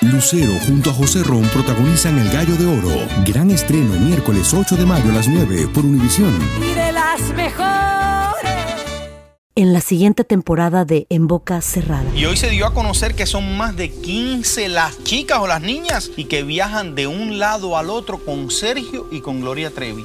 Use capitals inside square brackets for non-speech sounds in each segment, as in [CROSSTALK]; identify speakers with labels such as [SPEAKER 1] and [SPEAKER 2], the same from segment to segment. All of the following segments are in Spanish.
[SPEAKER 1] Lucero junto a José Ron protagonizan El Gallo de Oro. Gran estreno miércoles 8 de mayo a las 9 por Univisión.
[SPEAKER 2] Y de las mejores.
[SPEAKER 3] En la siguiente temporada de En Boca Cerrada.
[SPEAKER 4] Y hoy se dio a conocer que son más de 15 las chicas o las niñas y que viajan de un lado al otro con Sergio y con Gloria Trevi.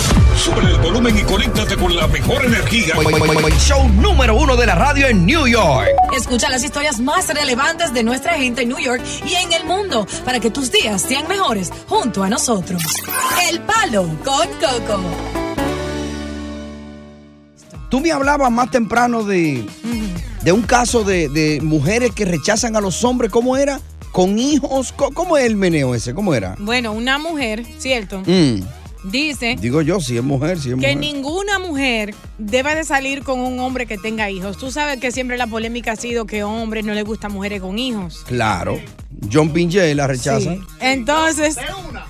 [SPEAKER 5] Sube el volumen y conéctate con la mejor energía.
[SPEAKER 6] Show número uno de la radio en New York.
[SPEAKER 7] Escucha las historias más relevantes de nuestra gente en New York y en el mundo para que tus días sean mejores junto a nosotros. El Palo con Coco.
[SPEAKER 6] Tú me hablabas más temprano de, de un caso de, de mujeres que rechazan a los hombres. ¿Cómo era? ¿Con hijos? ¿Cómo, cómo es el meneo ese? ¿Cómo era?
[SPEAKER 8] Bueno, una mujer, ¿cierto?
[SPEAKER 6] Mm.
[SPEAKER 8] Dice
[SPEAKER 6] Digo yo, si es mujer, si es
[SPEAKER 8] que
[SPEAKER 6] mujer.
[SPEAKER 8] ninguna mujer debe de salir con un hombre que tenga hijos. Tú sabes que siempre la polémica ha sido que a hombres no les gustan mujeres con hijos.
[SPEAKER 6] Claro. John Pinjay la rechaza.
[SPEAKER 8] Entonces,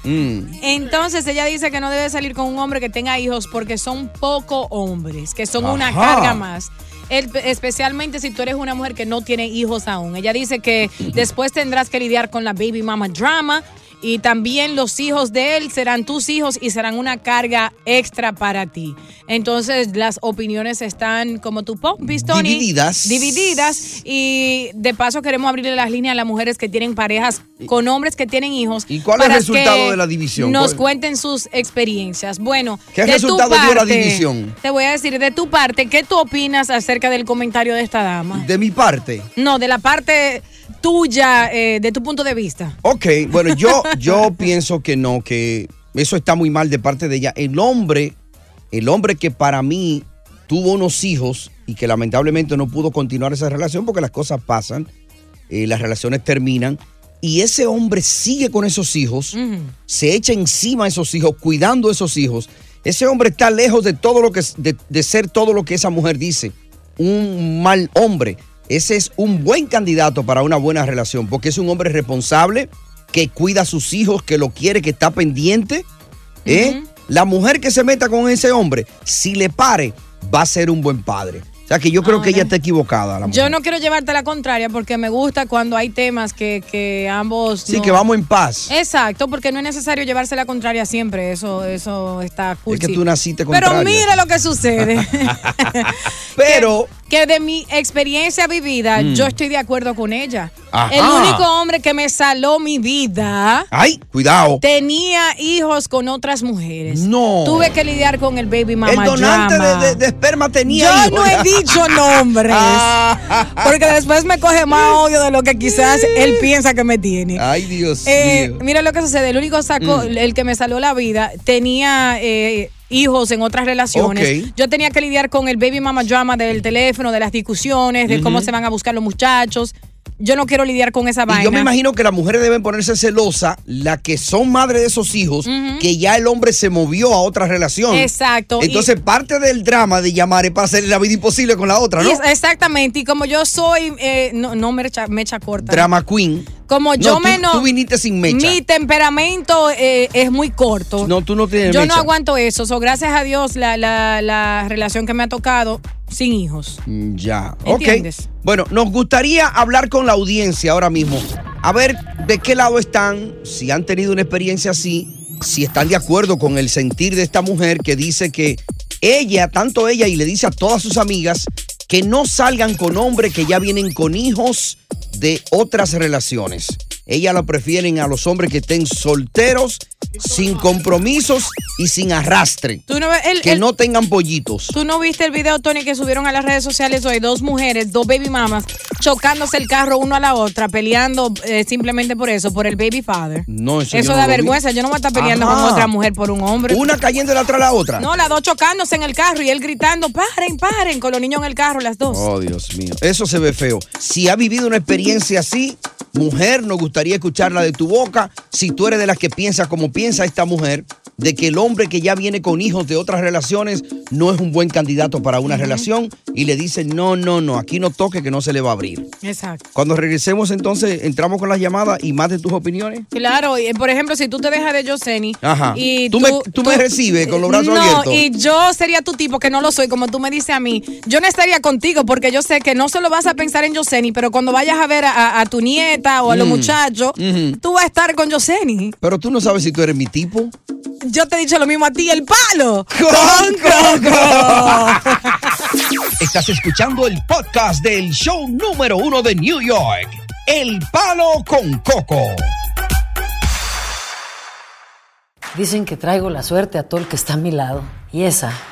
[SPEAKER 6] Mm.
[SPEAKER 8] entonces ella dice que no debe salir con un hombre que tenga hijos porque son poco hombres, que son una
[SPEAKER 9] Ajá.
[SPEAKER 8] carga más. El- especialmente si tú eres una mujer que no tiene hijos aún. Ella dice que después tendrás que lidiar con la baby mama drama y también los hijos de él serán tus hijos y serán una carga extra para ti. Entonces las opiniones están como tu pompis, Tony.
[SPEAKER 6] Divididas.
[SPEAKER 8] Divididas. Y de paso queremos abrirle las líneas a las mujeres que tienen parejas con hombres que tienen hijos. ¿Y
[SPEAKER 6] cuál es el resultado de la división?
[SPEAKER 8] Nos
[SPEAKER 6] ¿Cuál?
[SPEAKER 8] cuenten sus experiencias. Bueno,
[SPEAKER 6] ¿Qué
[SPEAKER 8] de tu
[SPEAKER 6] resultado dio la
[SPEAKER 8] parte,
[SPEAKER 6] división?
[SPEAKER 8] Te voy a decir, de tu parte, ¿qué tú opinas acerca del comentario de esta dama?
[SPEAKER 6] De mi parte.
[SPEAKER 8] No, de la parte tuya, eh, de tu punto de vista.
[SPEAKER 6] Ok, bueno, yo, yo [LAUGHS] pienso que no, que eso está muy mal de parte de ella. El hombre, el hombre que para mí tuvo unos hijos y que lamentablemente no pudo continuar esa relación porque las cosas pasan, eh, las relaciones terminan, y ese hombre sigue con esos hijos, se echa encima a esos hijos, cuidando a esos hijos. Ese hombre está lejos de todo lo que es- de, de ser todo lo que esa mujer dice. Un mal hombre. Ese es un buen candidato para una buena relación, porque es un hombre responsable, que cuida a sus hijos, que lo quiere, que está pendiente. ¿eh? La mujer que se meta con ese hombre, si le pare, va a ser un buen padre. O sea que yo creo que ella está equivocada, la mujer.
[SPEAKER 8] Ah, Yo no quiero llevarte la contraria porque me gusta cuando hay temas que, que ambos.
[SPEAKER 6] Sí,
[SPEAKER 8] no-
[SPEAKER 6] que vamos en paz.
[SPEAKER 8] Exacto, porque no es necesario llevarse la contraria siempre. Eso, eso está
[SPEAKER 6] Es
[SPEAKER 8] cursi.
[SPEAKER 6] que tú naciste con
[SPEAKER 8] Pero
[SPEAKER 6] [LAUGHS]
[SPEAKER 8] mira lo que sucede.
[SPEAKER 6] Pero.
[SPEAKER 8] Que de mi experiencia vivida,
[SPEAKER 6] Mm.
[SPEAKER 8] yo estoy de acuerdo con ella.
[SPEAKER 6] Ajá.
[SPEAKER 8] El único hombre que me saló mi vida
[SPEAKER 6] Ay, cuidado.
[SPEAKER 8] tenía hijos con otras mujeres.
[SPEAKER 6] No.
[SPEAKER 8] Tuve que lidiar con el baby mama.
[SPEAKER 6] El donante de,
[SPEAKER 8] drama.
[SPEAKER 6] de- de esperma tenía.
[SPEAKER 8] Yo
[SPEAKER 6] hijos. Ah.
[SPEAKER 8] no he dicho
[SPEAKER 6] [LAUGHS]
[SPEAKER 8] nombres. porque después me coge más odio de lo que quizás él piensa que me tiene.
[SPEAKER 6] Ay, Dios
[SPEAKER 8] Eh,
[SPEAKER 6] mío.
[SPEAKER 8] mira lo que sucede. El único saco,
[SPEAKER 6] Mm.
[SPEAKER 8] el que me saló la vida, tenía eh, hijos en otras relaciones.
[SPEAKER 10] Ok.
[SPEAKER 8] Yo tenía que lidiar con el baby mama drama del teléfono, de las discusiones, de cómo
[SPEAKER 6] Ujú.
[SPEAKER 8] se van a buscar los muchachos. Yo no quiero lidiar con esa vaina.
[SPEAKER 6] Y yo me imagino que las mujeres deben ponerse celosa, las que son madres de esos hijos, que ya el hombre se movió a otra relación.
[SPEAKER 8] Exacto, y-
[SPEAKER 6] Entonces, parte del drama de llamar es para hacerle la vida imposible con la otra, ¿no?
[SPEAKER 8] Y es- exactamente. Y como yo soy, eh, no, no mecha, mecha corta.
[SPEAKER 6] Drama queen.
[SPEAKER 8] Como yo
[SPEAKER 6] No, tú-
[SPEAKER 8] menos.
[SPEAKER 6] tú viniste sin mecha.
[SPEAKER 8] Mi temperamento eh, es muy corto.
[SPEAKER 6] No, tú no tienes
[SPEAKER 8] yo no
[SPEAKER 6] mecha.
[SPEAKER 8] aguanto eso. So, gracias a Dios, la, la- la relación que me ha tocado sin hijos.
[SPEAKER 6] Mm, Ya,
[SPEAKER 8] ¿Entiendes?
[SPEAKER 6] ok. Bueno, nos gustaría hablar con la audiencia ahora mismo. A ver de qué lado están, si han tenido una experiencia así, si están de acuerdo con el sentir de esta mujer que dice que ella, tanto ella y le dice a todas sus amigas, que no salgan con hombres que ya vienen con hijos de otras relaciones. Ella lo prefieren a los hombres que estén solteros, sin compromisos y sin arrastre.
[SPEAKER 8] Tú no ves el-
[SPEAKER 6] que
[SPEAKER 8] el-
[SPEAKER 6] no tengan pollitos.
[SPEAKER 8] ¿Tú no viste el video, Tony, que subieron a las redes sociales hoy? Dos mujeres, dos baby mamas, chocándose el carro uno a la otra, peleando eh, simplemente por eso, por el baby father.
[SPEAKER 6] No, eso, yo
[SPEAKER 8] Eso
[SPEAKER 6] no
[SPEAKER 8] da
[SPEAKER 6] lo vi.
[SPEAKER 8] vergüenza. Yo no voy a estar peleando
[SPEAKER 6] Ajá.
[SPEAKER 8] con otra mujer por un hombre.
[SPEAKER 6] Una cayendo la otra a la otra.
[SPEAKER 8] No, las dos chocándose en el carro y él gritando, paren, paren, con los niños en el carro, las dos.
[SPEAKER 6] Oh, Dios mío. Eso se ve feo. Si ha vivido una experiencia así, mujer, nos gustaría escucharla de tu boca. Si tú eres de las que piensas como piensa esta mujer, de que el hombre que ya viene con hijos de otras relaciones no es un buen candidato para una relación y le dicen, no, no, no, aquí no toque que no se le va a abrir.
[SPEAKER 8] Exacto.
[SPEAKER 6] Cuando regresemos entonces, entramos con las llamadas y más de tus opiniones.
[SPEAKER 8] Claro, y, eh, por ejemplo, si tú te dejas de Yoseni
[SPEAKER 6] Ajá.
[SPEAKER 8] y
[SPEAKER 6] Tú me- tú me recibes con los brazos
[SPEAKER 8] no,
[SPEAKER 6] abiertos.
[SPEAKER 8] y yo sería tu tipo, que no lo soy, como tú me dices a mí. Yo no estaría contigo porque yo sé que no solo vas a pensar en Yoseni, pero cuando vayas a ver a, a- a tu nieta o a los
[SPEAKER 6] Mm.
[SPEAKER 8] muchachos,
[SPEAKER 6] Ujú.
[SPEAKER 8] tú vas a estar con Yoseni.
[SPEAKER 6] Pero tú no sabes si tú eres mi tipo.
[SPEAKER 8] Yo te he dicho lo mismo a ti, el palo.
[SPEAKER 6] Estás escuchando el podcast del show número uno de New York, El Palo con Coco.
[SPEAKER 9] Dicen que traigo la suerte a todo el que está a mi lado. Y esa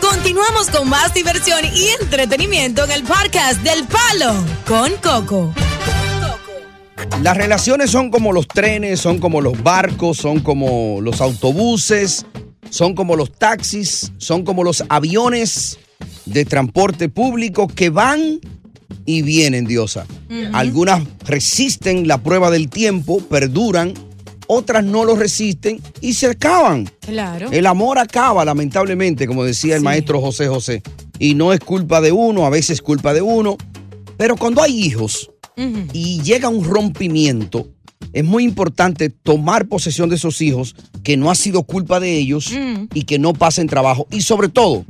[SPEAKER 7] Continuamos con más diversión y entretenimiento en el podcast del Palo con Coco.
[SPEAKER 6] Las relaciones son como los trenes, son como los barcos, son como los autobuses, son como los taxis, son como los aviones de transporte público que van y vienen, Diosa.
[SPEAKER 11] Ujú.
[SPEAKER 6] Algunas resisten la prueba del tiempo, perduran, otras no lo resisten y se acaban.
[SPEAKER 8] Claro.
[SPEAKER 6] El amor acaba, lamentablemente, como decía el maestro José José. Y no es culpa de uno, a veces es culpa de uno. Pero cuando hay hijos y llega un rompimiento, es muy importante tomar posesión de esos hijos, que no ha sido culpa de ellos y que no pasen trabajo. Y sobre todo,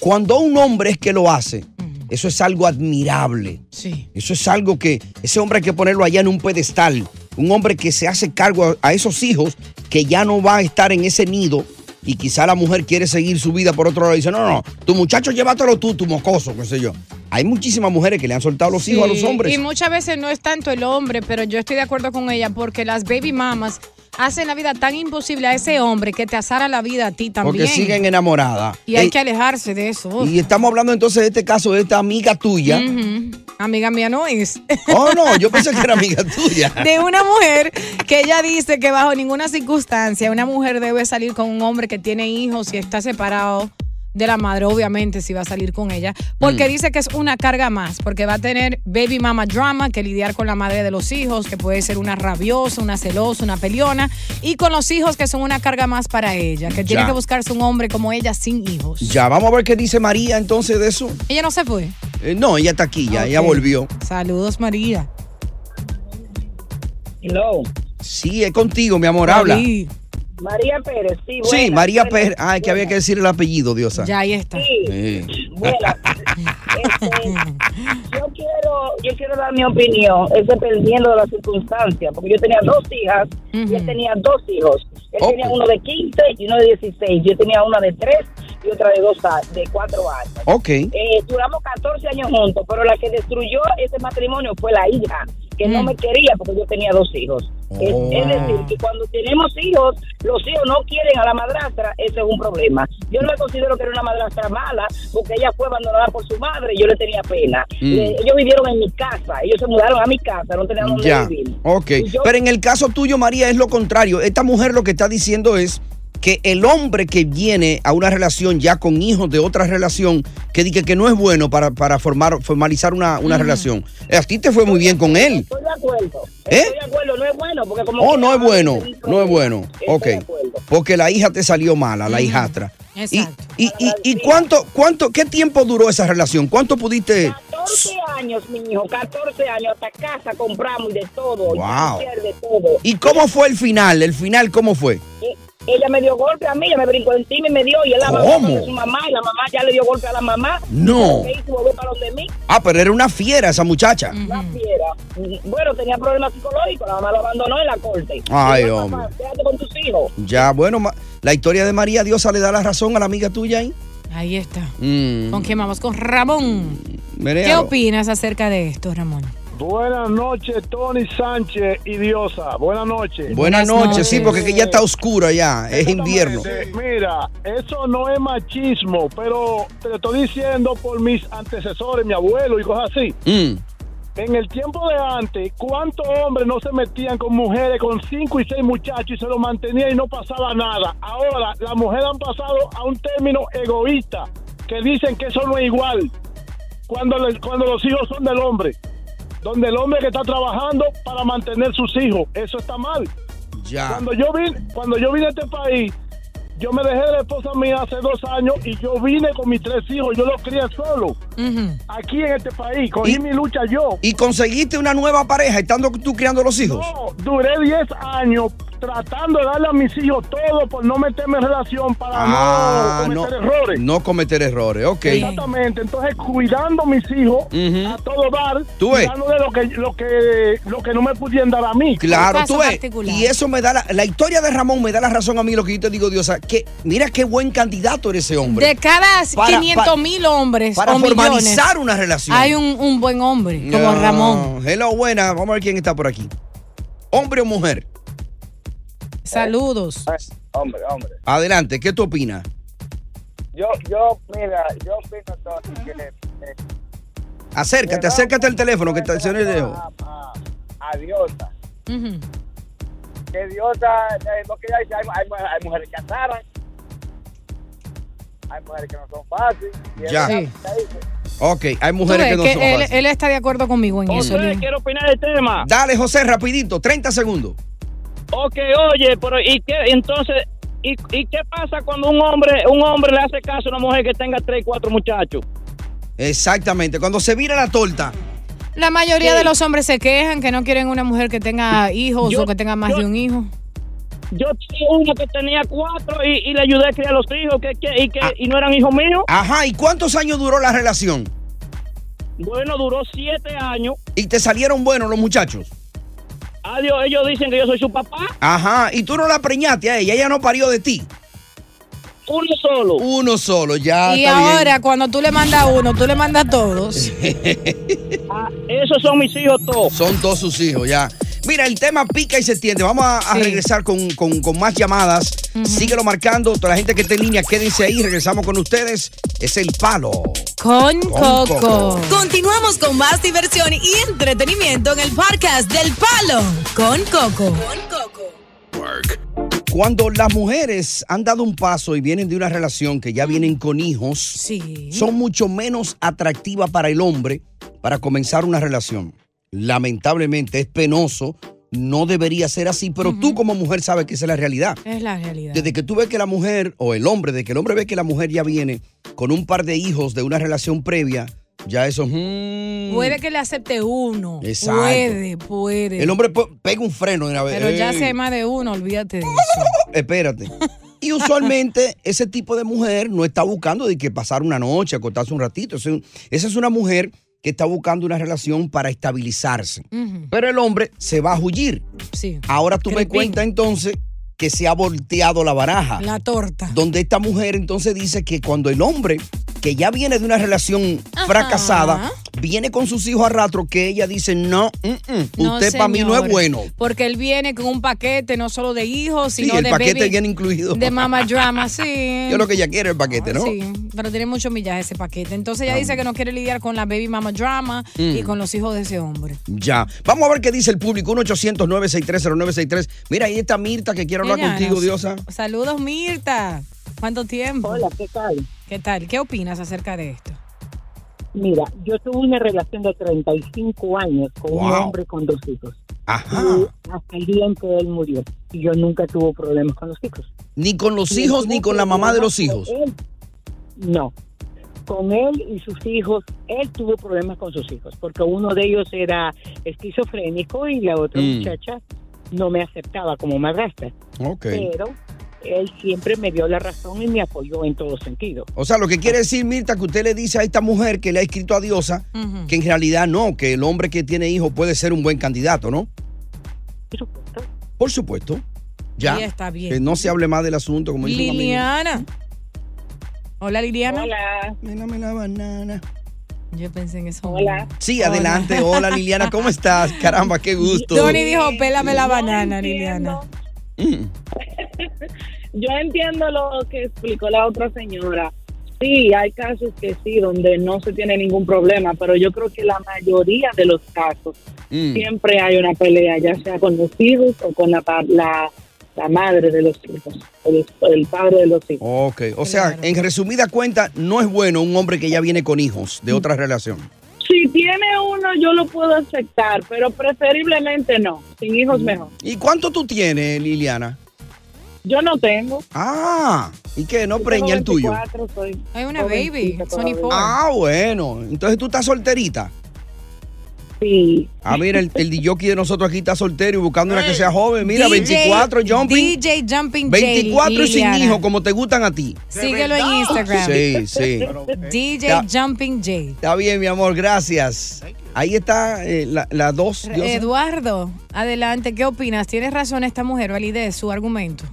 [SPEAKER 6] cuando un hombre es que lo hace, eso es algo admirable.
[SPEAKER 8] Sí.
[SPEAKER 6] Eso es algo que ese hombre hay que ponerlo allá en un pedestal. Un hombre que se hace cargo a, a esos hijos que ya no va a estar en ese nido y quizá la mujer quiere seguir su vida por otro lado y dice, no, no, no, tu muchacho llévatelo tú, tu mocoso, qué sé yo. Hay muchísimas mujeres que le han soltado los hijos a los
[SPEAKER 8] Sí,
[SPEAKER 6] hombres.
[SPEAKER 8] Y muchas veces no es tanto el hombre, pero yo estoy de acuerdo con ella porque las baby mamas hacen la vida tan imposible a ese hombre que te asara la vida a ti también.
[SPEAKER 6] Porque siguen enamoradas.
[SPEAKER 8] Y hay
[SPEAKER 6] Eh,
[SPEAKER 8] que alejarse de eso.
[SPEAKER 6] y estamos hablando entonces de este caso de esta amiga tuya.
[SPEAKER 8] Mm. Ujú. Amiga mía no es.
[SPEAKER 6] Oh, no, yo pensé que era amiga
[SPEAKER 8] [LAUGHS]
[SPEAKER 6] tuya.
[SPEAKER 8] de una mujer que ella dice que bajo ninguna circunstancia una mujer debe salir con un hombre que tiene hijos y está separado de la madre, obviamente, si va a salir con ella, porque
[SPEAKER 12] Mm.
[SPEAKER 8] dice que es una carga más, porque va a tener baby mama drama, que lidiar con la madre de los hijos, que puede ser una rabiosa, una celosa, una peleona, y con los hijos que son una carga más para ella, que tiene
[SPEAKER 6] Ya.
[SPEAKER 8] que buscarse un hombre como ella sin hijos.
[SPEAKER 6] Ya, vamos a ver qué dice María entonces de eso.
[SPEAKER 8] Ella no se fue.
[SPEAKER 6] Eh, no, ella está aquí, ya,
[SPEAKER 8] Ah,
[SPEAKER 6] ella
[SPEAKER 8] ok.
[SPEAKER 6] volvió.
[SPEAKER 8] Saludos, María.
[SPEAKER 13] Hello.
[SPEAKER 6] Sí, es contigo, mi amor, habla.
[SPEAKER 8] María.
[SPEAKER 13] María Pérez, sí,
[SPEAKER 6] Sí,
[SPEAKER 13] buenas,
[SPEAKER 6] María
[SPEAKER 13] buenas,
[SPEAKER 6] Pérez. Ah, es que había que decir el apellido, Diosa.
[SPEAKER 8] Ya ahí está.
[SPEAKER 6] Sí.
[SPEAKER 13] buenas. Este, yo, quiero, yo quiero dar mi opinión, es dependiendo de las circunstancias, porque yo tenía dos hijas y él tenía dos hijos. Él tenía uno de 15 y uno de 16. Yo tenía una de 3 y otra de dos a- de 4 años.
[SPEAKER 6] Ok.
[SPEAKER 13] Eh, duramos 14 años juntos, pero la que destruyó ese matrimonio fue la hija, que no me quería porque yo tenía dos hijos. Es, es decir, que cuando tenemos hijos, los hijos no quieren a la madrastra, ese es un problema. Yo no me considero que era una madrastra mala, porque ella fue abandonada por su madre y yo le tenía pena.
[SPEAKER 6] Mm.
[SPEAKER 13] Eh, ellos vivieron en mi casa, ellos se mudaron a mi casa, no tenían dónde
[SPEAKER 6] Ya.
[SPEAKER 13] vivir.
[SPEAKER 6] Ok.
[SPEAKER 13] Y yo-
[SPEAKER 6] Pero en el caso tuyo, María, es lo contrario. Esta mujer lo que está diciendo es que el hombre que viene a una relación ya con hijos de otra relación, que dice que no es bueno para, para formar, formalizar una, una relación. A ti te fue muy bien con él.
[SPEAKER 13] Estoy de acuerdo.
[SPEAKER 6] ¿Eh?
[SPEAKER 13] Estoy de acuerdo, no es bueno, porque como.
[SPEAKER 6] Oh,
[SPEAKER 13] que-
[SPEAKER 6] no es bueno, no es bueno. Ok. Porque la hija te salió mala, la hijastra.
[SPEAKER 13] Exacto.
[SPEAKER 6] ¿Y, y, y cuánto, cuánto, qué tiempo duró esa relación? ¿Cuánto pudiste?
[SPEAKER 13] 14 años, mi hijo, 14 años, hasta casa compramos y de todo.
[SPEAKER 6] Wow.
[SPEAKER 13] y de todo.
[SPEAKER 6] ¿Y cómo fue el final? ¿El final cómo fue?
[SPEAKER 13] Y ella me dio golpe a mí, ella me brincó encima y me dio, y él la
[SPEAKER 6] ¿Cómo?
[SPEAKER 13] abandonó a su mamá, y la mamá ya le dio golpe a la mamá.
[SPEAKER 6] No.
[SPEAKER 13] Y hizo volver para donde mí,
[SPEAKER 6] Ah, pero era una fiera esa muchacha.
[SPEAKER 13] la fiera. Bueno, tenía problemas psicológicos, la mamá lo abandonó en la corte.
[SPEAKER 6] Ay,
[SPEAKER 13] Y yo,
[SPEAKER 6] hombre.
[SPEAKER 13] "Papá, Quédate con tus hijos.
[SPEAKER 6] Ya, bueno, ma- la historia de María Diosa le da la razón a la amiga tuya ahí.
[SPEAKER 8] Ahí está.
[SPEAKER 6] Mm,
[SPEAKER 8] ¿Con quién vamos? Con Ramón. ¿Qué
[SPEAKER 6] Merealo.
[SPEAKER 8] opinas acerca de esto, Ramón?
[SPEAKER 11] Buenas noches, Tony Sánchez y Diosa. Buenas noches.
[SPEAKER 6] Buenas noches, sí, porque que ya está oscura ya, es invierno.
[SPEAKER 11] Eh, Mira, eso no es machismo, pero te lo estoy diciendo por mis antecesores, mi abuelo y cosas así.
[SPEAKER 6] Mm.
[SPEAKER 11] En el tiempo de antes, ¿cuántos hombres no se metían con mujeres, con cinco y seis muchachos y se lo mantenían y no pasaba nada? Ahora, las mujeres han pasado a un término egoísta, que dicen que eso no es igual cuando, le- cuando los hijos son del hombre, donde el hombre que está trabajando para mantener sus hijos, eso está mal.
[SPEAKER 6] Ya.
[SPEAKER 11] Cuando yo vine, cuando yo vine a este país, yo me dejé de la esposa mía hace dos años y yo vine con mis tres hijos, yo los crié solo. Aquí en este país, cogí mi lucha yo.
[SPEAKER 6] ¿Y conseguiste una nueva pareja estando tú criando los hijos?
[SPEAKER 11] No, duré 10 años tratando de darle a mis hijos todo por no meterme en relación para no cometer errores.
[SPEAKER 6] Ah, No cometer errores, ok.
[SPEAKER 11] Exactamente, entonces cuidando a mis hijos a todo dar,
[SPEAKER 6] Tú ves.
[SPEAKER 11] cuidando de lo que, lo, que, lo que no me pudieran dar a mí.
[SPEAKER 6] Claro, tú ves. Y eso me da la, la historia de Ramón me da la razón a mí lo que yo te digo, Diosa, que mira qué buen candidato eres ese hombre.
[SPEAKER 8] De cada
[SPEAKER 6] Para-
[SPEAKER 8] 500 mil hombres
[SPEAKER 6] para
[SPEAKER 8] o millones,
[SPEAKER 6] formalizar una relación.
[SPEAKER 8] hay un, un buen hombre como
[SPEAKER 6] No.
[SPEAKER 8] Ramón.
[SPEAKER 6] Hello, buena. Vamos a ver quién está por aquí. Hombre o mujer.
[SPEAKER 2] Pues,
[SPEAKER 8] Saludos.
[SPEAKER 12] Hombre, hombre.
[SPEAKER 6] Adelante, ¿qué tú opinas?
[SPEAKER 12] Yo, yo, mira, yo opino Tony, que eh,
[SPEAKER 6] Acércate, acércate al teléfono que está el lejos.
[SPEAKER 12] a Diosa, que Diosa, eh, lo que ella dice, hay, hay mu- hay mujeres que azaran, hay mujeres que no son fáciles. y
[SPEAKER 6] Ya.
[SPEAKER 12] ella-
[SPEAKER 6] Sí. Ok, hay
[SPEAKER 8] Tú
[SPEAKER 6] mujeres
[SPEAKER 8] ves
[SPEAKER 6] que no
[SPEAKER 8] que
[SPEAKER 6] son
[SPEAKER 8] él,
[SPEAKER 6] fáciles.
[SPEAKER 8] él está de acuerdo conmigo en eso. Lin.
[SPEAKER 14] quiero opinar del tema.
[SPEAKER 6] Dale, José, rapidito, 30 segundos.
[SPEAKER 14] Ok, oye, pero ¿y qué entonces? ¿Y, y qué pasa cuando un hombre un hombre le hace caso a una mujer que tenga tres, cuatro muchachos?
[SPEAKER 6] Exactamente, cuando se vira la torta.
[SPEAKER 8] La mayoría de los hombres se quejan que no quieren una mujer que tenga hijos o que tenga más de un hijo.
[SPEAKER 14] Yo tenía una que tenía cuatro y, y le ayudé a criar los hijos que, que- y, que,
[SPEAKER 4] Ah.
[SPEAKER 14] y no eran hijos míos.
[SPEAKER 6] Ah. Ajá, ¿y cuántos años duró la relación?
[SPEAKER 14] Bueno, duró siete años.
[SPEAKER 6] ¿Y te salieron buenos los muchachos?
[SPEAKER 14] Adiós, Ah, ellos dicen que yo soy su papá.
[SPEAKER 6] Ajá, y tú no la preñaste a ella, ella no parió de ti.
[SPEAKER 14] Uno solo.
[SPEAKER 6] Uno solo, ya.
[SPEAKER 8] y
[SPEAKER 6] Ah, está bien. [LAUGHS]
[SPEAKER 8] ahora, cuando tú le mandas a uno, tú le mandas a todos.
[SPEAKER 14] Ah, esos son mis hijos todos.
[SPEAKER 6] Son todos sus hijos, ya. Mira, el tema pica y se tiende. Vamos a, a
[SPEAKER 15] Sí.
[SPEAKER 6] regresar con, con- con más llamadas. Síguelo marcando. Toda la gente que esté en línea, quédense ahí. Regresamos con ustedes. Es el palo.
[SPEAKER 8] Con
[SPEAKER 6] Coco.
[SPEAKER 7] Continuamos con más diversión y entretenimiento en el podcast del Palo con Coco.
[SPEAKER 6] Cuando las mujeres han dado un paso y vienen de una relación que
[SPEAKER 8] Mm.
[SPEAKER 6] ya vienen con hijos, son mucho menos atractivas para el hombre para comenzar una relación. Lamentablemente es penoso, no debería ser así, pero tú como mujer sabes que esa es la realidad.
[SPEAKER 8] Es la realidad.
[SPEAKER 6] Desde que tú ves que la mujer o el hombre, desde que el hombre ve que la mujer ya viene con un par de hijos de una relación previa, ya eso. mm,
[SPEAKER 8] Puede que le acepte uno.
[SPEAKER 6] Exacto.
[SPEAKER 8] Puede, puede.
[SPEAKER 6] el hombre pe- pega un freno de una vez.
[SPEAKER 8] Pero ya
[SPEAKER 6] Ey,
[SPEAKER 8] sé más de uno,
[SPEAKER 6] [LAUGHS]
[SPEAKER 8] olvídate de eso.
[SPEAKER 6] Espérate. Y usualmente ese tipo de mujer no está buscando de que pasar una noche, acostarse un ratito. Es un- Esa es una mujer que está buscando una relación para estabilizarse.
[SPEAKER 8] Ujú.
[SPEAKER 6] Pero el hombre se va a huir.
[SPEAKER 8] Mm. Sí.
[SPEAKER 6] Ahora tú me
[SPEAKER 8] Crepín.
[SPEAKER 6] cuentas entonces que se ha volteado la baraja.
[SPEAKER 8] La torta.
[SPEAKER 6] Donde esta mujer entonces dice que cuando el hombre que ya viene de una relación fracasada, viene con sus hijos a rato, que ella dice, no, mm, mm,
[SPEAKER 8] No,
[SPEAKER 6] usted para mí no es
[SPEAKER 8] señor.
[SPEAKER 6] bueno.
[SPEAKER 8] Porque él viene con un paquete no solo de hijos,
[SPEAKER 6] Sí,
[SPEAKER 8] sino
[SPEAKER 6] el
[SPEAKER 8] de
[SPEAKER 6] paquete
[SPEAKER 8] baby-
[SPEAKER 6] viene incluido. [LAUGHS]
[SPEAKER 8] De mama drama, sí.
[SPEAKER 6] Yo lo que ella quiere es el paquete, ¿no?
[SPEAKER 8] Ah, Sí, pero tiene mucho millaje ese paquete. Entonces ella
[SPEAKER 6] Ah.
[SPEAKER 8] dice que no quiere lidiar con la baby mama drama
[SPEAKER 6] Mm.
[SPEAKER 8] y con los hijos de ese hombre.
[SPEAKER 6] Ya. Vamos a ver qué dice el público. 1 800 963 Mira, ahí está Mirta que quiere hablar
[SPEAKER 8] Ella
[SPEAKER 6] contigo,
[SPEAKER 8] nos-
[SPEAKER 6] Diosa.
[SPEAKER 8] Saludos, Mirta. ¿Cuánto tiempo? Hola, ¿qué tal? ¿Qué tal? ¿Qué opinas acerca de esto?
[SPEAKER 16] Mira, yo tuve una relación de 35 años con un
[SPEAKER 6] Wow.
[SPEAKER 16] hombre con dos hijos.
[SPEAKER 6] Ajá.
[SPEAKER 16] Y hasta el día en que él murió. Y yo nunca tuve problemas con los hijos.
[SPEAKER 6] Ni con los hijos ni con la mamá de los hijos.
[SPEAKER 16] Él, no. Con él y sus hijos, él tuvo problemas con sus hijos, porque uno de ellos era esquizofrénico y la otra
[SPEAKER 17] Mm.
[SPEAKER 16] muchacha no me aceptaba como madrastra.
[SPEAKER 6] Ok.
[SPEAKER 16] Pero él siempre me dio la razón y me apoyó en todo sentido.
[SPEAKER 6] O sea, lo que quiere decir, Mirta, que usted le dice a esta mujer que le ha escrito a Diosa
[SPEAKER 8] Mm.
[SPEAKER 16] Ujú.
[SPEAKER 6] que en realidad no, que el hombre que tiene hijos puede ser un buen candidato, ¿no? Por supuesto. Ya.
[SPEAKER 8] Y está bien.
[SPEAKER 6] Que no se hable más del asunto, como dice un amigo.
[SPEAKER 8] Liliana. Hola, Liliana. Hola.
[SPEAKER 6] la banana.
[SPEAKER 8] Yo pensé en eso.
[SPEAKER 6] Hola. Sí, adelante. Hola Liliana, ¿cómo
[SPEAKER 8] [LAUGHS]
[SPEAKER 6] estás? Caramba, qué gusto.
[SPEAKER 8] Tony dijo, pélame la banana, Liliana.
[SPEAKER 6] Mm.
[SPEAKER 15] Yo entiendo lo que explicó la otra señora. Sí, hay casos que sí, donde no se tiene ningún problema, pero yo creo que la mayoría de los casos
[SPEAKER 6] Mm.
[SPEAKER 15] siempre hay una pelea, ya sea con los hijos o con la, pa- la, la madre de los hijos, o el, o el padre de los hijos.
[SPEAKER 6] Ok, o sea, en resumida cuenta, no es bueno un hombre que ya viene con hijos de
[SPEAKER 8] Mm.
[SPEAKER 6] otra relación.
[SPEAKER 15] Si tiene uno, yo lo puedo aceptar, pero preferiblemente no, sin hijos mejor.
[SPEAKER 6] Mm. ¿Y cuánto tú tienes, Liliana?
[SPEAKER 15] Yo no tengo.
[SPEAKER 6] Ah, ¿y qué? ¿No preña el tuyo?
[SPEAKER 8] Hay una baby, Sony Ford.
[SPEAKER 6] Ah, bueno. Entonces tú estás solterita.
[SPEAKER 15] Sí.
[SPEAKER 6] Ah, mira, el, el jockey de nosotros aquí está soltero y buscando una que sea joven. Mira,
[SPEAKER 8] DJ
[SPEAKER 6] 24 jumping.
[SPEAKER 8] DJ Jumping J,
[SPEAKER 6] 24 y sin
[SPEAKER 8] Liliana.
[SPEAKER 6] hijo, como te gustan a ti.
[SPEAKER 8] Síguelo en Instagram.
[SPEAKER 6] Sí, sí.
[SPEAKER 8] DJ
[SPEAKER 6] Ya.
[SPEAKER 8] Jumping J.
[SPEAKER 6] Está bien, mi amor, gracias. Ahí está eh, la, la dos. Diosa.
[SPEAKER 8] Eduardo, adelante, ¿qué opinas? ¿Tienes razón esta mujer, validez su argumento?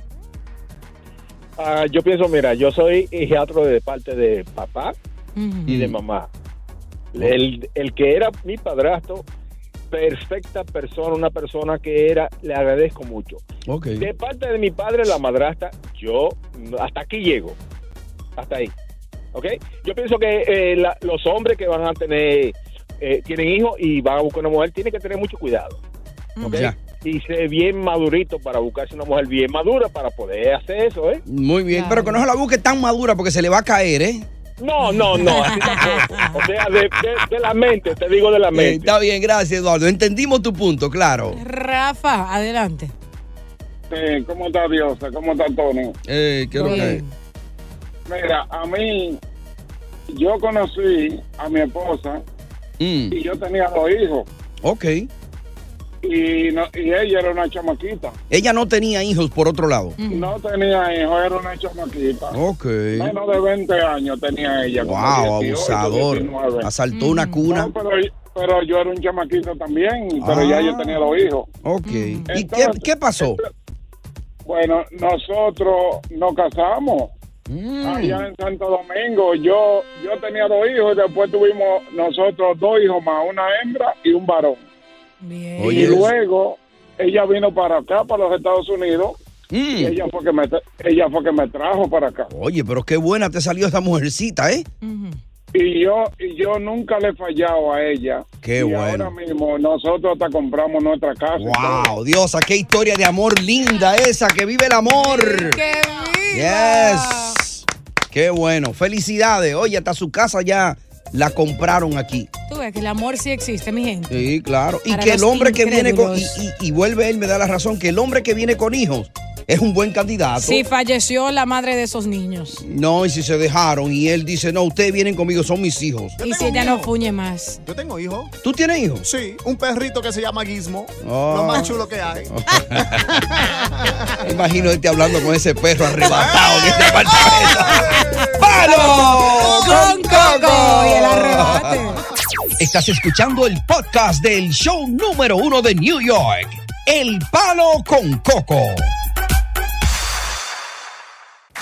[SPEAKER 17] Ah, yo pienso, mira, yo soy hijiatro de parte de papá y de mamá. El, el que era mi padrastro, perfecta persona, una persona que era, le agradezco mucho.
[SPEAKER 6] Ok.
[SPEAKER 17] De parte de mi padre, la madrastra, yo mm, hasta aquí llego. Hasta ahí. ¿Ok? Yo pienso que eh, la- los hombres que van a tener, eh, tienen hijos y van a buscar una mujer, tienen que tener mucho cuidado. ¿Ok?
[SPEAKER 6] Ya.
[SPEAKER 17] Y ser bien madurito para buscarse una mujer bien madura para poder hacer eso, ¿eh?
[SPEAKER 6] Muy bien, pero que no se la busque tan madura porque se le va a caer, ¿eh?
[SPEAKER 17] No, no, no, así tampoco. O sea, de, de- de la mente, te digo de la
[SPEAKER 6] Eh,
[SPEAKER 17] mente.
[SPEAKER 6] está bien, gracias, Eduardo. Entendimos tu punto, claro.
[SPEAKER 8] Rafa, adelante.
[SPEAKER 18] Eh, ¿Cómo está Diosa? ¿Cómo está Tony?
[SPEAKER 6] Eh, ¿qué es lo que hay?
[SPEAKER 18] Mira, a mí, yo conocí a mi esposa
[SPEAKER 6] Mm,
[SPEAKER 18] y yo tenía dos hijos
[SPEAKER 6] ok.
[SPEAKER 18] y, no- y ella era una chamaquita.
[SPEAKER 6] Ella no tenía hijos por otro lado.
[SPEAKER 18] No tenía hijos, era una chamaquita.
[SPEAKER 6] Ok.
[SPEAKER 18] Menos de 20 años tenía ella. como
[SPEAKER 6] Wow,
[SPEAKER 18] 18,
[SPEAKER 6] abusador.
[SPEAKER 18] 19.
[SPEAKER 6] Asaltó una cuna.
[SPEAKER 18] No, pero, pero yo era un chamaquito también, pero ya yo tenía dos hijos.
[SPEAKER 6] Ok. Ah. ¿Y qué,
[SPEAKER 18] Entonces,
[SPEAKER 6] qué pasó?
[SPEAKER 18] Bueno, nosotros nos casamos allá en Santo Domingo. Yo yo tenía dos hijos y después tuvimos nosotros dos hijos más, una hembra y un varón.
[SPEAKER 6] Oye,
[SPEAKER 18] y luego ella vino para acá, para los Estados Unidos.
[SPEAKER 6] Mm.
[SPEAKER 18] Y ella fue que me tra- ella fue que me trajo para acá.
[SPEAKER 6] Oye, pero qué buena te salió esta mujercita, ¿eh?
[SPEAKER 18] Y yo y yo nunca le he fallado a ella.
[SPEAKER 6] Qué
[SPEAKER 18] y
[SPEAKER 6] bueno.
[SPEAKER 18] Ahora mismo nosotros hasta compramos nuestra casa. y todo.
[SPEAKER 6] Wow, Diosa, qué historia de amor linda esa, que vive el amor.
[SPEAKER 8] ¡Qué
[SPEAKER 6] Yes. Qué bueno. Felicidades. Oye, hasta su casa ya la compraron aquí.
[SPEAKER 8] Tú ves que el amor sí existe, mi gente.
[SPEAKER 6] Sí, claro. Y
[SPEAKER 8] Para
[SPEAKER 6] que el
[SPEAKER 8] los
[SPEAKER 6] hombre que viene con. Y,
[SPEAKER 8] incrédulos.
[SPEAKER 6] y- y vuelve él, me da la razón, que el hombre que viene con hijos es un buen candidato.
[SPEAKER 8] Sí, falleció la madre de esos niños.
[SPEAKER 6] No, y si se dejaron y él dice, no, ustedes vienen conmigo, son mis hijos.
[SPEAKER 8] Y si ella no fuñe más.
[SPEAKER 19] Yo tengo hijo.
[SPEAKER 6] ¿Tú tienes hijos?
[SPEAKER 19] Sí, un perrito que se llama Gizmo.
[SPEAKER 6] Oh.
[SPEAKER 19] Lo más chulo que hay.
[SPEAKER 6] [LAUGHS] Me imagino este hablando con ese perro arrebatado en este apartamento. ¡Palo!
[SPEAKER 2] Con Coco y el arrebate.
[SPEAKER 6] Estás escuchando el podcast del show número uno de New York. El palo con coco.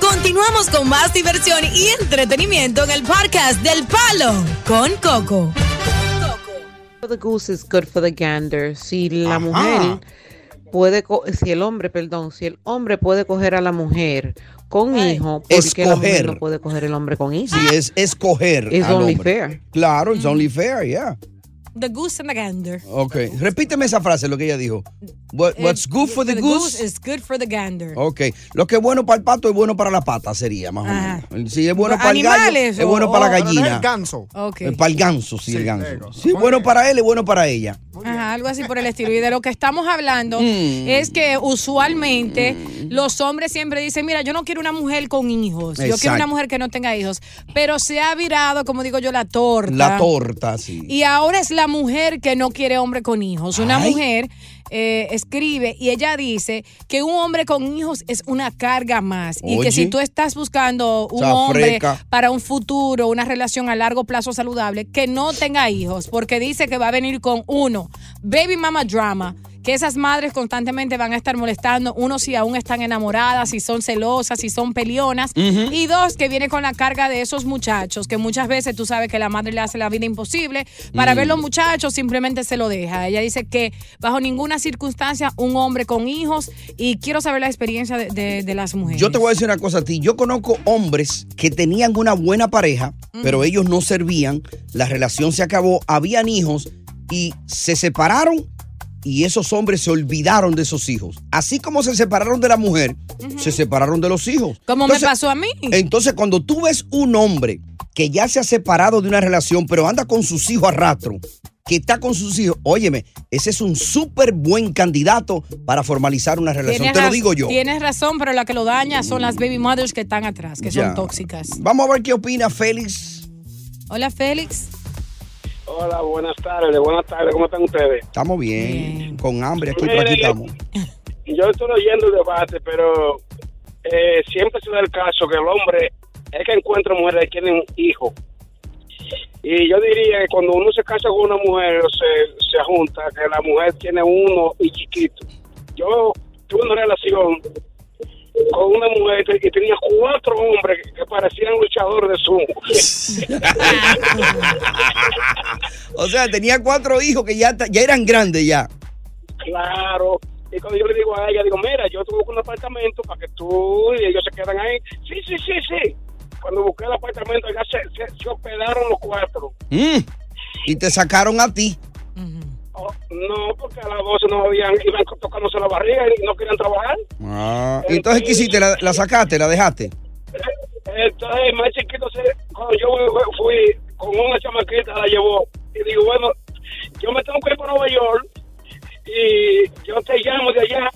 [SPEAKER 7] Continuamos con más diversión y entretenimiento en el podcast del Palo con Coco.
[SPEAKER 20] for the goose is good for the gander. Si la mujer puede, co- si el hombre, perdón, si el hombre puede coger a la mujer con hijo, ¿por qué la mujer
[SPEAKER 6] Escoger.
[SPEAKER 20] no puede coger el hombre con hijo?
[SPEAKER 6] Si es escoger.
[SPEAKER 20] It's
[SPEAKER 6] al
[SPEAKER 20] only
[SPEAKER 6] hombre.
[SPEAKER 20] fair. Mm.
[SPEAKER 6] Claro, it's only fair, yeah.
[SPEAKER 8] The goose and the gander.
[SPEAKER 6] Ok. Repíteme esa frase, lo que ella dijo. What-
[SPEAKER 20] Eh,
[SPEAKER 6] what's good for the, goose? Oh,
[SPEAKER 8] is good for the gander.
[SPEAKER 6] Ok. Lo que es bueno para el pato es bueno para la pata, sería más
[SPEAKER 8] Ajá.
[SPEAKER 6] o menos. Si es bueno para el gallo,
[SPEAKER 8] ¿Animales
[SPEAKER 6] es bueno
[SPEAKER 8] o-
[SPEAKER 6] para la
[SPEAKER 8] o-
[SPEAKER 6] gallina.
[SPEAKER 19] ganso.
[SPEAKER 8] Ok.
[SPEAKER 6] Eh, Para el ganso, sí, el ganso. Si es bueno para él, es bueno para ella. Mm.
[SPEAKER 8] Ajá, algo así por el estilo. Y de lo que estamos hablando es que usualmente Los hombres siempre dicen, mira, yo no quiero una mujer con hijos, yo quiero
[SPEAKER 6] Exacto.
[SPEAKER 8] una mujer que no tenga hijos. Pero se ha virado, como digo yo, la torta.
[SPEAKER 6] La torta, sí.
[SPEAKER 8] Y ahora es la mujer que no quiere hombre con hijos. Una
[SPEAKER 6] Ay.
[SPEAKER 8] mujer eh, escribe y ella dice que un hombre con hijos es una carga más. Y
[SPEAKER 6] Oye.
[SPEAKER 8] que si tú estás buscando un
[SPEAKER 6] Esa
[SPEAKER 8] hombre
[SPEAKER 6] freca.
[SPEAKER 8] para un futuro, una relación a largo plazo saludable, que no tenga hijos, porque dice que va a venir con uno, baby mama drama. Que esas madres constantemente van a estar molestando, uno si aún están enamoradas, si son celosas, si son peleonas,
[SPEAKER 3] Ujú.
[SPEAKER 8] y dos, que viene con la carga de esos muchachos, que muchas veces tú sabes que la madre le hace la vida imposible, para
[SPEAKER 3] Mm.
[SPEAKER 8] ver los muchachos simplemente se lo deja. Ella dice que bajo ninguna circunstancia un hombre con hijos, y quiero saber la experiencia de, de- de las mujeres.
[SPEAKER 6] Yo te voy a decir una cosa a ti. Yo conozco hombres que tenían una buena pareja,
[SPEAKER 8] Ujú.
[SPEAKER 6] pero ellos no servían. La relación se acabó, habían hijos y se separaron y esos hombres se olvidaron de esos hijos. Así como se separaron de la mujer, se separaron de los hijos.
[SPEAKER 8] Como me pasó a mí.
[SPEAKER 6] Entonces, cuando tú ves un hombre que ya se ha separado de una relación, pero anda con sus hijos a rastro, que está con sus hijos, óyeme, ese es un súper buen candidato para formalizar una relación.
[SPEAKER 8] Tienes
[SPEAKER 6] Te lo
[SPEAKER 8] raz-
[SPEAKER 6] digo yo.
[SPEAKER 8] Tienes razón, pero la que lo daña son las baby mothers que están atrás, que
[SPEAKER 6] Ya.
[SPEAKER 8] son tóxicas.
[SPEAKER 6] Vamos a ver qué opina Félix.
[SPEAKER 8] Hola, Félix.
[SPEAKER 4] Hola, buenas tardes, buenas tardes, ¿cómo están ustedes?
[SPEAKER 6] Estamos bien, con hambre aquí, pero
[SPEAKER 4] Mire,
[SPEAKER 6] aquí
[SPEAKER 4] yo-
[SPEAKER 6] estamos.
[SPEAKER 4] [LAUGHS] Yo estoy oyendo el debate, pero eh, siempre se da el caso que el hombre es que encuentra mujeres que tienen hijos. Y yo diría que cuando uno se casa con una mujer o se, se junta, que la mujer tiene uno y chiquito. Yo tuve una relación con una mujer que que tenía cuatro hombres que parecían luchadores de sumo. [LAUGHS]
[SPEAKER 6] O sea, tenía cuatro hijos que ya, ta- ya eran grandes ya.
[SPEAKER 4] Claro. Y cuando yo le digo a ella, digo, mira, yo te busco un apartamento para que tú y ellos se quedan ahí. Sí, sí, sí, sí. Cuando busqué el apartamento, ya se, se, se hospedaron los cuatro.
[SPEAKER 6] Mm, Y te sacaron a ti.
[SPEAKER 4] Oh, no, porque a las 12 no habían, iban tocándose la barriga y no querían trabajar.
[SPEAKER 6] Ah, ¿y entonces, ¿qué hiciste? ¿La, la sacaste? ¿La dejaste?
[SPEAKER 4] Entonces, el más chiquito, se- cuando yo fui- fui con una chamaquita, la llevó. Y digo, bueno, yo me tengo que ir para Nueva York y yo te llamo de allá.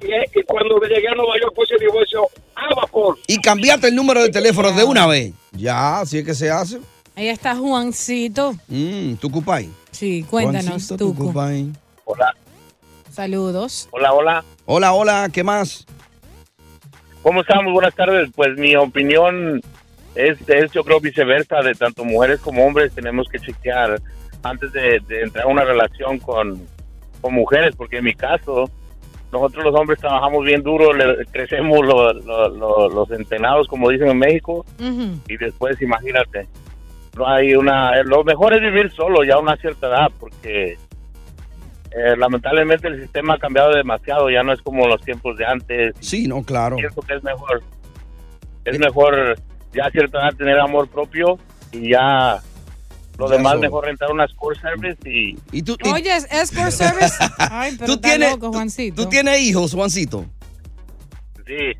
[SPEAKER 4] Y, y cuando llegué a Nueva York puse el divorcio a vapor.
[SPEAKER 6] Y cambiaste el número de teléfono de una vez. Ya, así es que se hace.
[SPEAKER 8] Ahí está Juancito.
[SPEAKER 6] Mm, ¿Tú ocupáis?
[SPEAKER 8] Sí, cuéntanos,
[SPEAKER 6] Juancito,
[SPEAKER 8] tú.
[SPEAKER 6] ocupáis?
[SPEAKER 8] Saludos.
[SPEAKER 21] Hola, hola.
[SPEAKER 6] Hola, hola, ¿qué más?
[SPEAKER 21] ¿Cómo estamos? Buenas tardes. Pues mi opinión es, es, yo creo, viceversa, de tanto mujeres como hombres tenemos que chequear antes de, de entrar a una relación con, con mujeres, porque en mi caso, nosotros los hombres trabajamos bien duro, le- crecemos lo- lo- lo- los entrenados, como dicen en México, y después imagínate no hay una eh, lo mejor es vivir solo ya a una cierta edad porque eh, lamentablemente el sistema ha cambiado demasiado ya no es como los tiempos de antes
[SPEAKER 6] sí no claro Eh.
[SPEAKER 21] pienso que es mejor es mejor ya a cierta edad tener amor propio y ya lo
[SPEAKER 6] Ya
[SPEAKER 21] demás
[SPEAKER 6] solo.
[SPEAKER 21] mejor rentar unas core service y,
[SPEAKER 6] ¿Y tú,
[SPEAKER 8] Oye, es
[SPEAKER 6] [LAUGHS]
[SPEAKER 8] escort service. Ay, pero
[SPEAKER 6] ¿Tú
[SPEAKER 8] está
[SPEAKER 6] tienes-
[SPEAKER 8] loco, Juancito.
[SPEAKER 6] ¿Tú tienes hijos, Juancito?
[SPEAKER 21] sí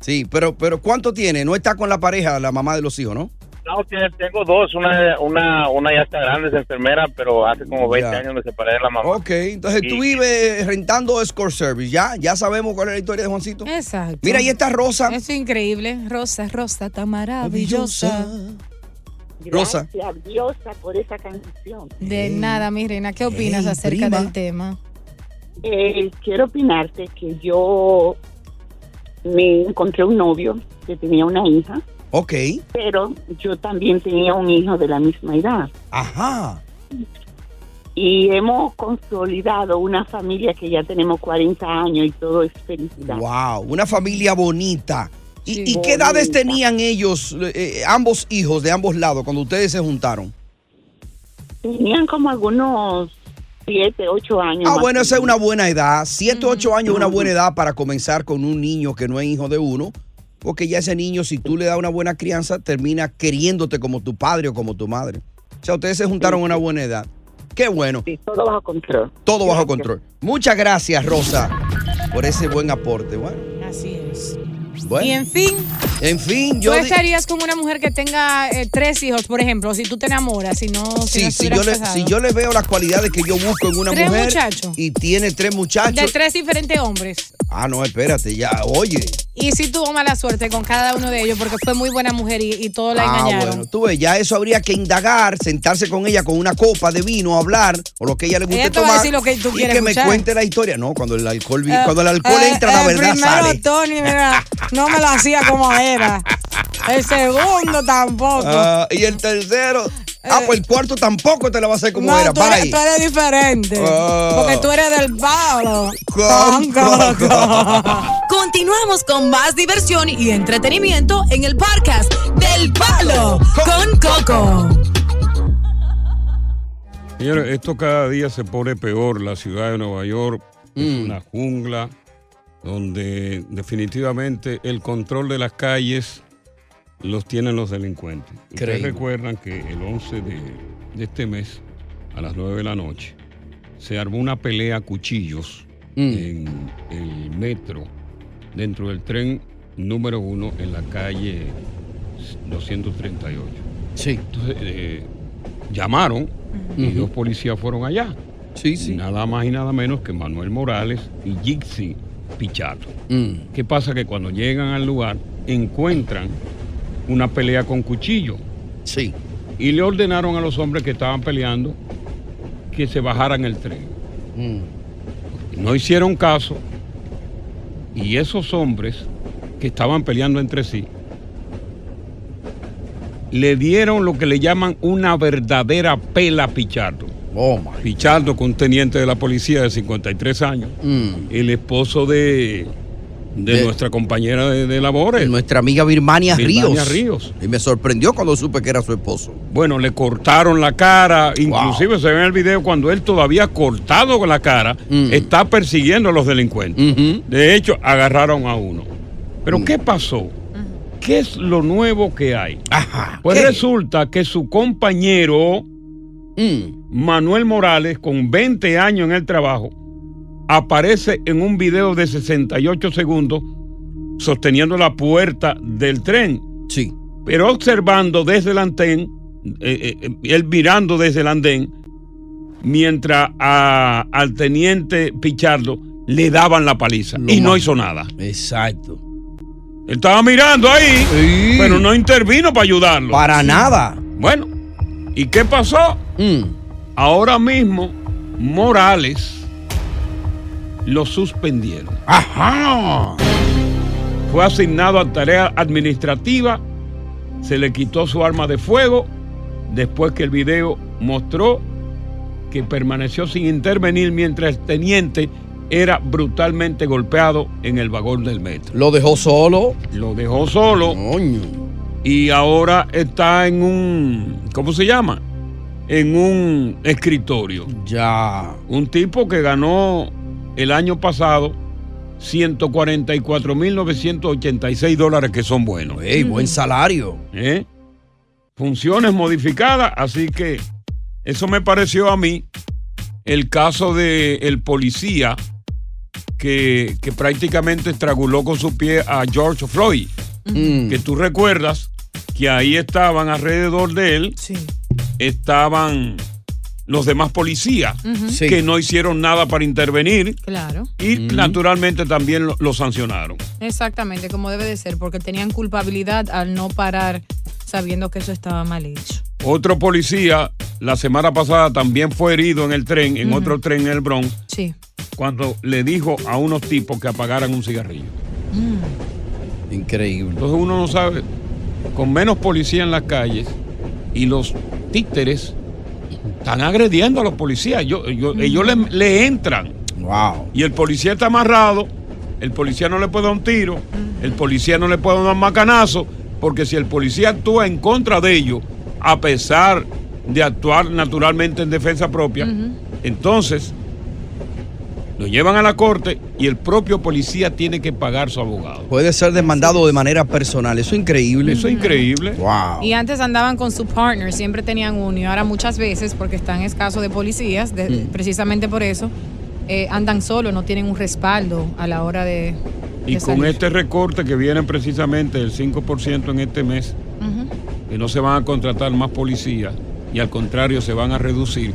[SPEAKER 6] Sí, pero, pero ¿cuánto tiene? No está con la pareja, la mamá de los hijos, ¿no?
[SPEAKER 21] No, tiene- tengo dos, una, una, una ya está grande, es enfermera, pero hace como 20
[SPEAKER 6] Ya.
[SPEAKER 21] años me separé de la mamá.
[SPEAKER 6] Ok, entonces tú
[SPEAKER 21] Y-
[SPEAKER 6] vives rentando escort service, ¿ya? Ya sabemos cuál es la historia de Juancito.
[SPEAKER 8] Exacto.
[SPEAKER 6] Mira, ahí está Rosa.
[SPEAKER 8] Es increíble. Rosa, Rosa, tan maravillosa.
[SPEAKER 6] Rosa.
[SPEAKER 22] Gracias, Diosa, por esa canción.
[SPEAKER 8] De nada, mi reina. ¿Qué opinas
[SPEAKER 22] Ey,
[SPEAKER 8] acerca
[SPEAKER 22] prima.
[SPEAKER 8] del tema?
[SPEAKER 22] Eh, quiero opinarte que yo me encontré un novio que tenía una hija,
[SPEAKER 6] Ok.
[SPEAKER 22] pero yo también tenía un hijo de la misma edad.
[SPEAKER 6] Ajá.
[SPEAKER 22] Y hemos consolidado una familia que ya tenemos 40 años y todo es felicidad.
[SPEAKER 6] Wow, una familia bonita. ¿Y,
[SPEAKER 22] Sí,
[SPEAKER 6] y qué edades
[SPEAKER 22] bonita.
[SPEAKER 6] tenían ellos, eh, eh, ambos hijos de ambos lados, cuando ustedes se juntaron?
[SPEAKER 22] Tenían como algunos 7, 8 años.
[SPEAKER 6] Ah,
[SPEAKER 22] más
[SPEAKER 6] bueno,
[SPEAKER 22] o
[SPEAKER 6] esa es
[SPEAKER 22] menos.
[SPEAKER 6] una buena edad. Siete, ocho años es una buena edad para comenzar con un niño que no es hijo de uno. Porque ya ese niño, si tú le das una buena crianza, termina queriéndote como tu padre o como tu madre. O sea, ustedes se juntaron a una buena edad. Qué bueno.
[SPEAKER 22] todo bajo control.
[SPEAKER 6] Todo bajo control. Muchas gracias, Rosa, por ese buen aporte. Bueno,
[SPEAKER 8] Así es.
[SPEAKER 6] bueno.
[SPEAKER 8] Y en fin,
[SPEAKER 6] En fin, yo.
[SPEAKER 8] ¿tú
[SPEAKER 6] di-
[SPEAKER 8] estarías con una mujer que tenga eh, tres hijos, por ejemplo? Si tú te enamoras, si no, si no
[SPEAKER 6] Sí, si,
[SPEAKER 8] estuvieras
[SPEAKER 6] yo le,
[SPEAKER 8] casado.
[SPEAKER 6] si yo le veo las cualidades que yo busco en una
[SPEAKER 8] Tres
[SPEAKER 6] mujer
[SPEAKER 8] muchachos.
[SPEAKER 6] y tiene tres
[SPEAKER 8] De
[SPEAKER 6] muchachos,
[SPEAKER 8] tres diferentes hombres.
[SPEAKER 6] Ah, no, espérate, ya, oye.
[SPEAKER 8] Y sí tuvo mala suerte con cada uno de ellos porque fue muy buena mujer y, y todo la
[SPEAKER 6] ah,
[SPEAKER 8] engañaron.
[SPEAKER 6] bueno, tú ves, ya eso habría que indagar, sentarse con ella con una copa de vino, hablar, o lo que ella le guste
[SPEAKER 8] Ella te va a
[SPEAKER 6] tomar.
[SPEAKER 8] decir lo que tú
[SPEAKER 6] y
[SPEAKER 8] quieres
[SPEAKER 6] que
[SPEAKER 8] escuchar.
[SPEAKER 6] me cuente la historia. No, cuando el alcohol, vi-
[SPEAKER 8] Eh,
[SPEAKER 6] cuando el alcohol
[SPEAKER 8] eh,
[SPEAKER 6] entra, la
[SPEAKER 8] eh,
[SPEAKER 6] verdad
[SPEAKER 8] primero,
[SPEAKER 6] sale.
[SPEAKER 8] Tony, mira, no me lo hacía como era. El segundo tampoco. Eh,
[SPEAKER 6] Ah, y el tercero. ah, pues el cuarto tampoco te la va a hacer como
[SPEAKER 8] no,
[SPEAKER 6] era.
[SPEAKER 8] tú eres,
[SPEAKER 6] Bye.
[SPEAKER 8] tú eres diferente.
[SPEAKER 6] Ah.
[SPEAKER 8] Porque tú eres del palo.
[SPEAKER 6] Con [LAUGHS]
[SPEAKER 7] Continuamos con más diversión y entretenimiento en el podcast del Palo con Coco.
[SPEAKER 3] Señores, esto cada día se pone peor. La ciudad de Nueva York es una jungla donde definitivamente el control de las calles los tienen los delincuentes. Ustedes
[SPEAKER 23] Creíble.
[SPEAKER 3] recuerdan que el 11 de, de este mes, a las 9 de la noche, se armó una pelea a cuchillos Mm, en el metro, dentro del tren número uno en la calle 238.
[SPEAKER 6] Sí.
[SPEAKER 3] Entonces, eh, llamaron y dos policías fueron allá.
[SPEAKER 6] Sí, sí.
[SPEAKER 3] Nada más y nada menos que Manuel Morales y Jixi Pichato. ¿Qué pasa? Que cuando llegan al lugar encuentran una pelea con cuchillo.
[SPEAKER 6] Sí.
[SPEAKER 3] Y le ordenaron a los hombres que estaban peleando que se bajaran el tren.
[SPEAKER 24] Mm.
[SPEAKER 3] No hicieron caso. Y esos hombres que estaban peleando entre sí le dieron lo que le llaman una verdadera pela a Pichardo. Pichardo, que un teniente de la policía de 53 años, el esposo de, de
[SPEAKER 6] De-
[SPEAKER 3] nuestra compañera de, de labores.
[SPEAKER 6] Nuestra amiga Birmania
[SPEAKER 3] Birmania
[SPEAKER 6] Ríos.
[SPEAKER 3] Ríos.
[SPEAKER 6] Y me sorprendió cuando supe que era su esposo.
[SPEAKER 3] Bueno, le cortaron la cara, inclusive se ve en el video cuando él todavía cortado con la cara, está persiguiendo a los delincuentes. De hecho, agarraron a uno. Pero
[SPEAKER 6] Mm.
[SPEAKER 3] ¿qué pasó? ¿Qué es lo nuevo que hay? pues resulta que su compañero,
[SPEAKER 6] Mm.
[SPEAKER 3] Manuel Morales, con 20 años en el trabajo, aparece en un video de 68 segundos sosteniendo la puerta del tren.
[SPEAKER 6] Sí.
[SPEAKER 3] Pero observando desde el andén, eh, eh, él mirando desde el andén, mientras a- al teniente Pichardo le daban la paliza y no hizo nada.
[SPEAKER 6] Exacto.
[SPEAKER 3] Él estaba mirando ahí, pero no intervino para ayudarlo.
[SPEAKER 6] Para nada. Mm.
[SPEAKER 3] Bueno, ¿y qué pasó? Ahora mismo Morales lo suspendieron.
[SPEAKER 6] Ajá.
[SPEAKER 3] Fue asignado a tarea administrativa, se le quitó su arma de fuego después que el video mostró que permaneció sin intervenir mientras el teniente era brutalmente golpeado en el vagón del metro.
[SPEAKER 6] Lo dejó solo.
[SPEAKER 3] Lo dejó solo. Y ahora está en un, ¿cómo se llama? En un escritorio.
[SPEAKER 6] Ya.
[SPEAKER 3] Un tipo que ganó el año pasado 144.986 dólares, que son buenos. Mm.
[SPEAKER 6] Ey, buen salario.
[SPEAKER 3] ¿Eh? Funciones modificadas, así que eso me pareció a mí el caso de el policía que, que prácticamente estranguló con su pie a George Floyd. Que tú recuerdas que ahí estaban alrededor de él, estaban los demás policías
[SPEAKER 8] Ujú. Sí.
[SPEAKER 3] que no hicieron nada para intervenir
[SPEAKER 8] Claro,
[SPEAKER 3] y naturalmente también lo, lo sancionaron.
[SPEAKER 8] exactamente, como debe de ser, porque tenían culpabilidad al no parar sabiendo que eso estaba mal hecho.
[SPEAKER 3] Otro policía la semana pasada también fue herido en el tren, en otro tren en el Bronx,
[SPEAKER 8] Sí.
[SPEAKER 3] cuando le dijo a unos tipos que apagaran un cigarrillo.
[SPEAKER 6] Mm. Increíble.
[SPEAKER 3] Entonces uno no sabe, con menos policía en las calles y los títeres están agrediendo a los policías. Yo- yo- Ellos le, le entran. Y el policía está amarrado, el policía no le puede dar un tiro, el policía no le puede dar un macanazo, porque si el policía actúa en contra de ellos, a pesar de actuar naturalmente en defensa propia, entonces lo llevan a la corte y el propio policía tiene que pagar su abogado.
[SPEAKER 6] Puede ser demandado de manera personal. Eso es increíble.
[SPEAKER 3] Eso es increíble.
[SPEAKER 6] Wow.
[SPEAKER 8] Y antes andaban con su partner, siempre tenían uno y ahora muchas veces, porque están escasos de policías, de-
[SPEAKER 6] Mm.
[SPEAKER 8] precisamente por eso, eh, andan solos, no tienen un respaldo a la hora de...
[SPEAKER 3] Y
[SPEAKER 8] de
[SPEAKER 3] con
[SPEAKER 8] salir.
[SPEAKER 3] este recorte que viene precisamente del 5% en este mes,
[SPEAKER 8] Ujú.
[SPEAKER 3] que no se van a contratar más policías y al contrario se van a reducir,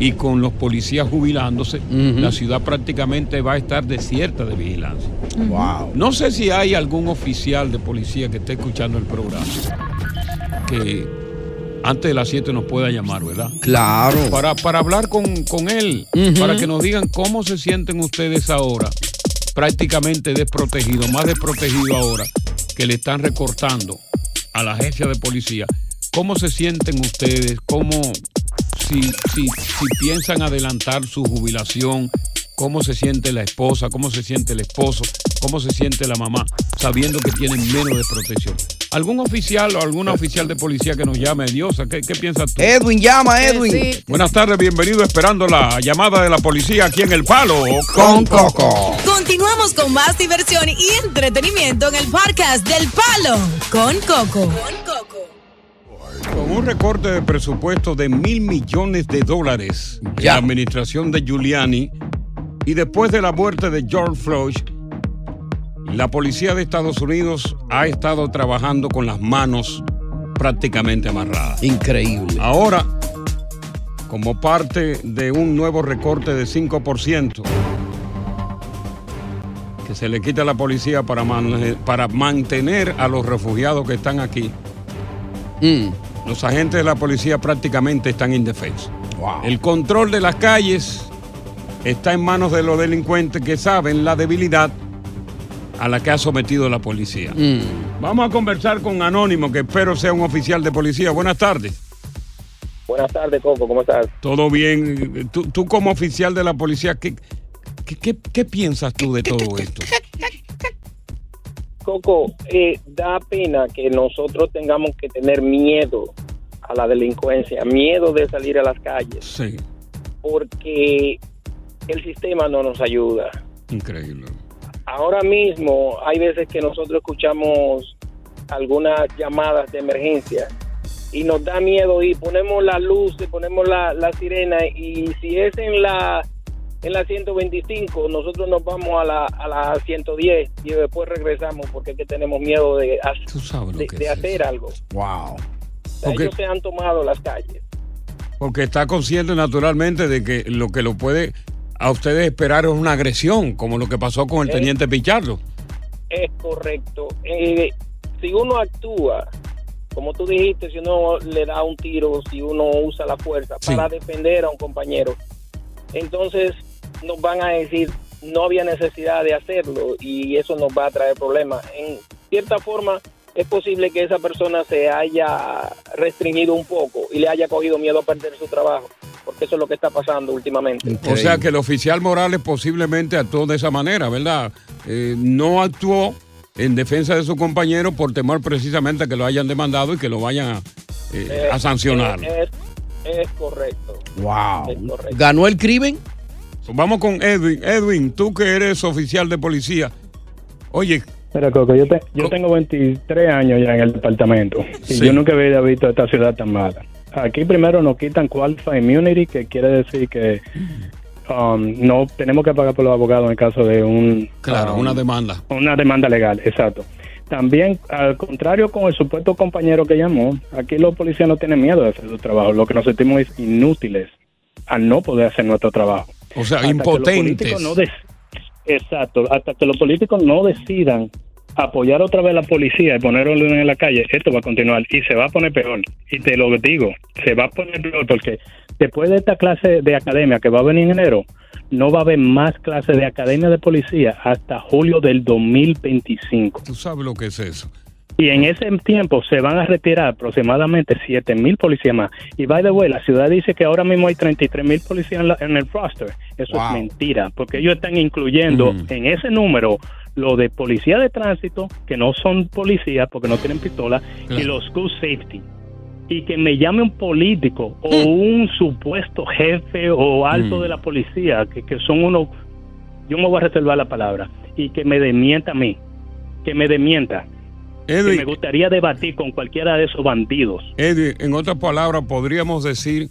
[SPEAKER 3] y con los policías jubilándose, la ciudad prácticamente va a estar desierta de vigilancia.
[SPEAKER 6] Ujú. Wow.
[SPEAKER 3] No sé si hay algún oficial de policía que esté escuchando el programa que antes de las 7 nos pueda llamar, ¿verdad?
[SPEAKER 6] Claro.
[SPEAKER 3] Para, para hablar con, con él,
[SPEAKER 6] Ujú.
[SPEAKER 3] para que nos digan cómo se sienten ustedes ahora, prácticamente desprotegidos, más desprotegidos ahora, que le están recortando a la agencia de policía. ¿Cómo se sienten ustedes? ¿Cómo, si, si, si piensan adelantar su jubilación? ¿Cómo se siente la esposa? ¿Cómo se siente el esposo? ¿Cómo se siente la mamá? Sabiendo que tienen menos de protección. ¿Algún oficial o alguna oficial de policía que nos llame, Diosa? ¿Qué, qué piensas tú?
[SPEAKER 6] Edwin, llama, Edwin.
[SPEAKER 3] Buenas tardes, bienvenido esperando la llamada de la policía aquí en El Palo
[SPEAKER 6] con Coco.
[SPEAKER 7] Continuamos con más diversión y entretenimiento en el podcast del Palo con Coco.
[SPEAKER 3] Con un recorte de presupuesto de mil millones de dólares en la administración de Giuliani y después de la muerte de George Floyd, la policía de Estados Unidos ha estado trabajando con las manos prácticamente amarradas.
[SPEAKER 6] Increíble.
[SPEAKER 3] Ahora, como parte de un nuevo recorte de 5%, que se le quita a la policía para, man- para mantener a los refugiados que están aquí, los agentes de la policía prácticamente están indefensos. El control de las calles está en manos de los delincuentes que saben la debilidad a la que ha sometido la policía. Vamos a conversar con Anónimo, que espero sea un oficial de policía. Buenas tardes.
[SPEAKER 23] Buenas tardes, Coco, ¿cómo estás?
[SPEAKER 3] Todo bien. Tú, tú como oficial de la policía, ¿qué, qué, qué- qué piensas tú de todo esto?
[SPEAKER 23] Coco, eh, da pena que nosotros tengamos que tener miedo a la delincuencia, miedo de salir a las calles,
[SPEAKER 3] Sí,
[SPEAKER 23] porque el sistema no nos ayuda.
[SPEAKER 3] increíble.
[SPEAKER 23] Ahora mismo hay veces que nosotros escuchamos algunas llamadas de emergencia y nos da miedo y ponemos la luz, y ponemos la, la sirena y si es en la en la 125 nosotros nos vamos a la, a la 110 y después regresamos porque es que tenemos miedo de, ha- de- de hacer algo.
[SPEAKER 6] Wow.
[SPEAKER 23] O sea,
[SPEAKER 3] Ok.
[SPEAKER 23] Ellos se han tomado las calles.
[SPEAKER 3] Porque está consciente naturalmente de que lo que lo puede a ustedes esperar es una agresión, como lo que pasó con el
[SPEAKER 23] Eh.
[SPEAKER 3] teniente Pichardo.
[SPEAKER 23] Es correcto. Eh, si uno actúa, como tú dijiste, si uno le da un tiro, si uno usa la fuerza
[SPEAKER 3] Sí.
[SPEAKER 23] para defender a un compañero, entonces nos van a decir no había necesidad de hacerlo y eso nos va a traer problemas. En cierta forma es posible que esa persona se haya restringido un poco y le haya cogido miedo a perder su trabajo, porque eso es lo que está pasando últimamente.
[SPEAKER 3] O sea que el oficial Morales posiblemente actuó de esa manera, ¿verdad? Eh, no actuó en defensa de su compañero por temor precisamente a que lo hayan demandado y que lo vayan a, eh,
[SPEAKER 23] Eh,
[SPEAKER 3] a sancionar.
[SPEAKER 23] Es, es correcto. Es
[SPEAKER 6] Wow.
[SPEAKER 23] correcto.
[SPEAKER 6] ¿Ganó el crimen?
[SPEAKER 3] Vamos con Edwin. Edwin, tú que eres oficial de policía. Oye,
[SPEAKER 24] Mira, Coco, yo, te- yo tengo 23 años ya en el departamento y
[SPEAKER 3] Sí.
[SPEAKER 24] yo nunca había visto esta ciudad tan mala. Aquí primero nos quitan qualified immunity, que quiere decir que um, no tenemos que pagar por los abogados en caso de un...
[SPEAKER 3] Claro,
[SPEAKER 24] um,
[SPEAKER 3] una demanda.
[SPEAKER 24] Una demanda legal, exacto. También, al contrario con el supuesto compañero que llamó, aquí los policías no tienen miedo de hacer su trabajo. Lo que nos sentimos es inútiles al no poder hacer nuestro trabajo.
[SPEAKER 3] O sea,
[SPEAKER 24] Hasta que los
[SPEAKER 3] impotentes.
[SPEAKER 24] políticos no des- Exacto, hasta que los políticos no decidan apoyar otra vez a la policía y poner orden en la calle, esto va a continuar y se va a poner peor. Y te lo digo, se va a poner peor porque después de esta clase de academia que va a venir en enero, no va a haber más clases de academia de policía hasta julio del 2025.
[SPEAKER 3] Tú sabes lo que es eso.
[SPEAKER 24] Y en ese tiempo se van a retirar aproximadamente 7 mil policías más. Y by the way, la ciudad dice que ahora mismo hay 33 mil policías en, la- en el roster. Eso es mentira, porque ellos están incluyendo
[SPEAKER 3] Mm.
[SPEAKER 24] en ese número lo de policía de tránsito, que no son policías porque no tienen pistola, y los school safety. Y que me llame un político o un supuesto jefe o alto
[SPEAKER 5] Mm.
[SPEAKER 24] de la policía, que, que son unos... Yo me voy a reservar la palabra. Y que me desmienta a mí. Que me desmienta. Que me gustaría debatir con cualquiera de esos bandidos.
[SPEAKER 3] Edwin, en otras palabras, podríamos decir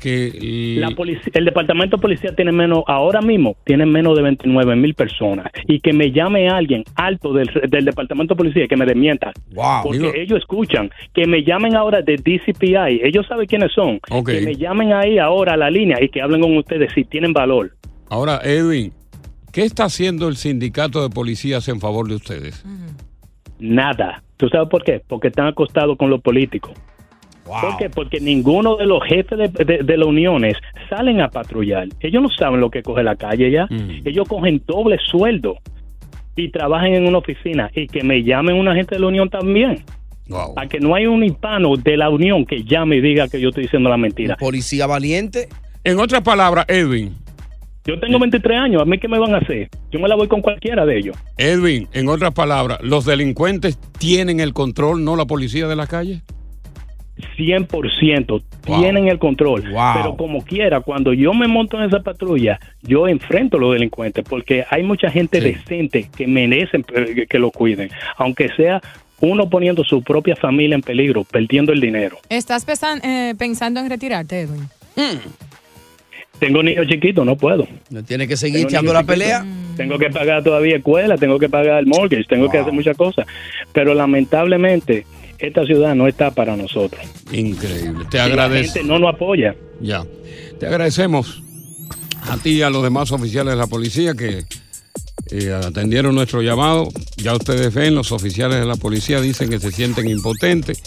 [SPEAKER 3] que
[SPEAKER 24] La policía, el departamento de policía tiene menos, ahora mismo, tiene menos de 29 mil personas. Y que me llame alguien alto del, del departamento de policía que me desmienta. porque
[SPEAKER 3] digo-
[SPEAKER 24] ellos escuchan. Que me llamen ahora de DCPI. Ellos saben quiénes son.
[SPEAKER 3] Ok.
[SPEAKER 24] Que me llamen ahí ahora a la línea y que hablen con ustedes si tienen valor.
[SPEAKER 3] Ahora, Edwin, ¿qué está haciendo el sindicato de policías en favor de ustedes?
[SPEAKER 24] Nada. ¿Tú sabes por qué? Porque están acostados con los políticos. ¿Por qué? Porque ninguno de los jefes de, de- de las uniones salen a patrullar. Ellos no saben lo que coge la calle ya.
[SPEAKER 6] Mm.
[SPEAKER 24] Ellos cogen doble sueldo y trabajan en una oficina y que me llamen una gente de la unión también. A que no hay un hispano de la unión que llame y diga que yo estoy diciendo la mentira.
[SPEAKER 6] Policía valiente.
[SPEAKER 3] En otras palabras, Edwin.
[SPEAKER 24] Yo tengo 23 años, ¿a mí qué me van a hacer? Yo me la voy con cualquiera de ellos.
[SPEAKER 3] Edwin, en otras palabras, ¿los delincuentes tienen el control, no la policía de la calle?
[SPEAKER 24] 100%. Tienen el control. Pero como quiera, cuando yo me monto en esa patrulla, yo enfrento a los delincuentes porque hay mucha gente decente que merecen eh, que- que lo cuiden. Aunque sea uno poniendo su propia familia en peligro, perdiendo el dinero.
[SPEAKER 8] ¿Estás pesan- eh, pensando en retirarte, Edwin?
[SPEAKER 24] Tengo niños chiquitos, no puedo.
[SPEAKER 6] No tiene que seguir
[SPEAKER 24] Tengo
[SPEAKER 6] echando la
[SPEAKER 24] niños
[SPEAKER 6] pelea.
[SPEAKER 24] chiquitos, Tengo que pagar todavía escuela, tengo que pagar el mortgage, tengo que hacer muchas cosas. Pero lamentablemente, esta ciudad no está para nosotros.
[SPEAKER 3] Increíble. Te
[SPEAKER 24] agradezco.
[SPEAKER 3] agradezco.
[SPEAKER 24] no nos apoya.
[SPEAKER 3] Ya. Te agradecemos a ti y a los demás oficiales de la policía que eh, atendieron nuestro llamado. Ya ustedes ven, los oficiales de la policía dicen que se sienten impotentes.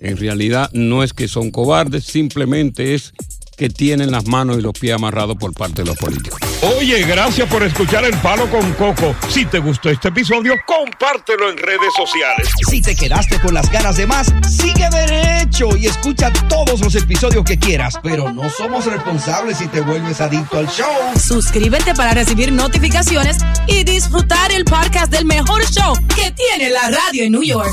[SPEAKER 3] En realidad no es que son cobardes, simplemente es que tienen las manos y los pies amarrados por parte de los políticos. Oye, gracias por escuchar El Palo con Coco. Si te gustó este episodio, compártelo en redes sociales.
[SPEAKER 6] Si te quedaste con las ganas de más, sigue derecho y escucha todos los episodios que quieras. Pero no somos responsables si te vuelves adicto al show.
[SPEAKER 7] Suscríbete para recibir notificaciones y disfrutar el podcast del mejor show que tiene la radio en New York.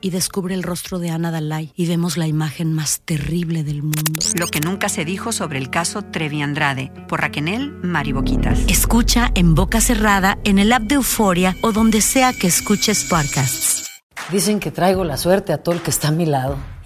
[SPEAKER 11] Y descubre el rostro de Ana Dalai y vemos la imagen más terrible del mundo.
[SPEAKER 13] Lo que nunca se dijo sobre el caso Trevi Andrade por Raquenel Mariboquitas.
[SPEAKER 11] Escucha en boca cerrada, en el app de Euforia o donde sea que escuches podcasts.
[SPEAKER 9] Dicen que traigo la suerte a todo el que está a mi lado.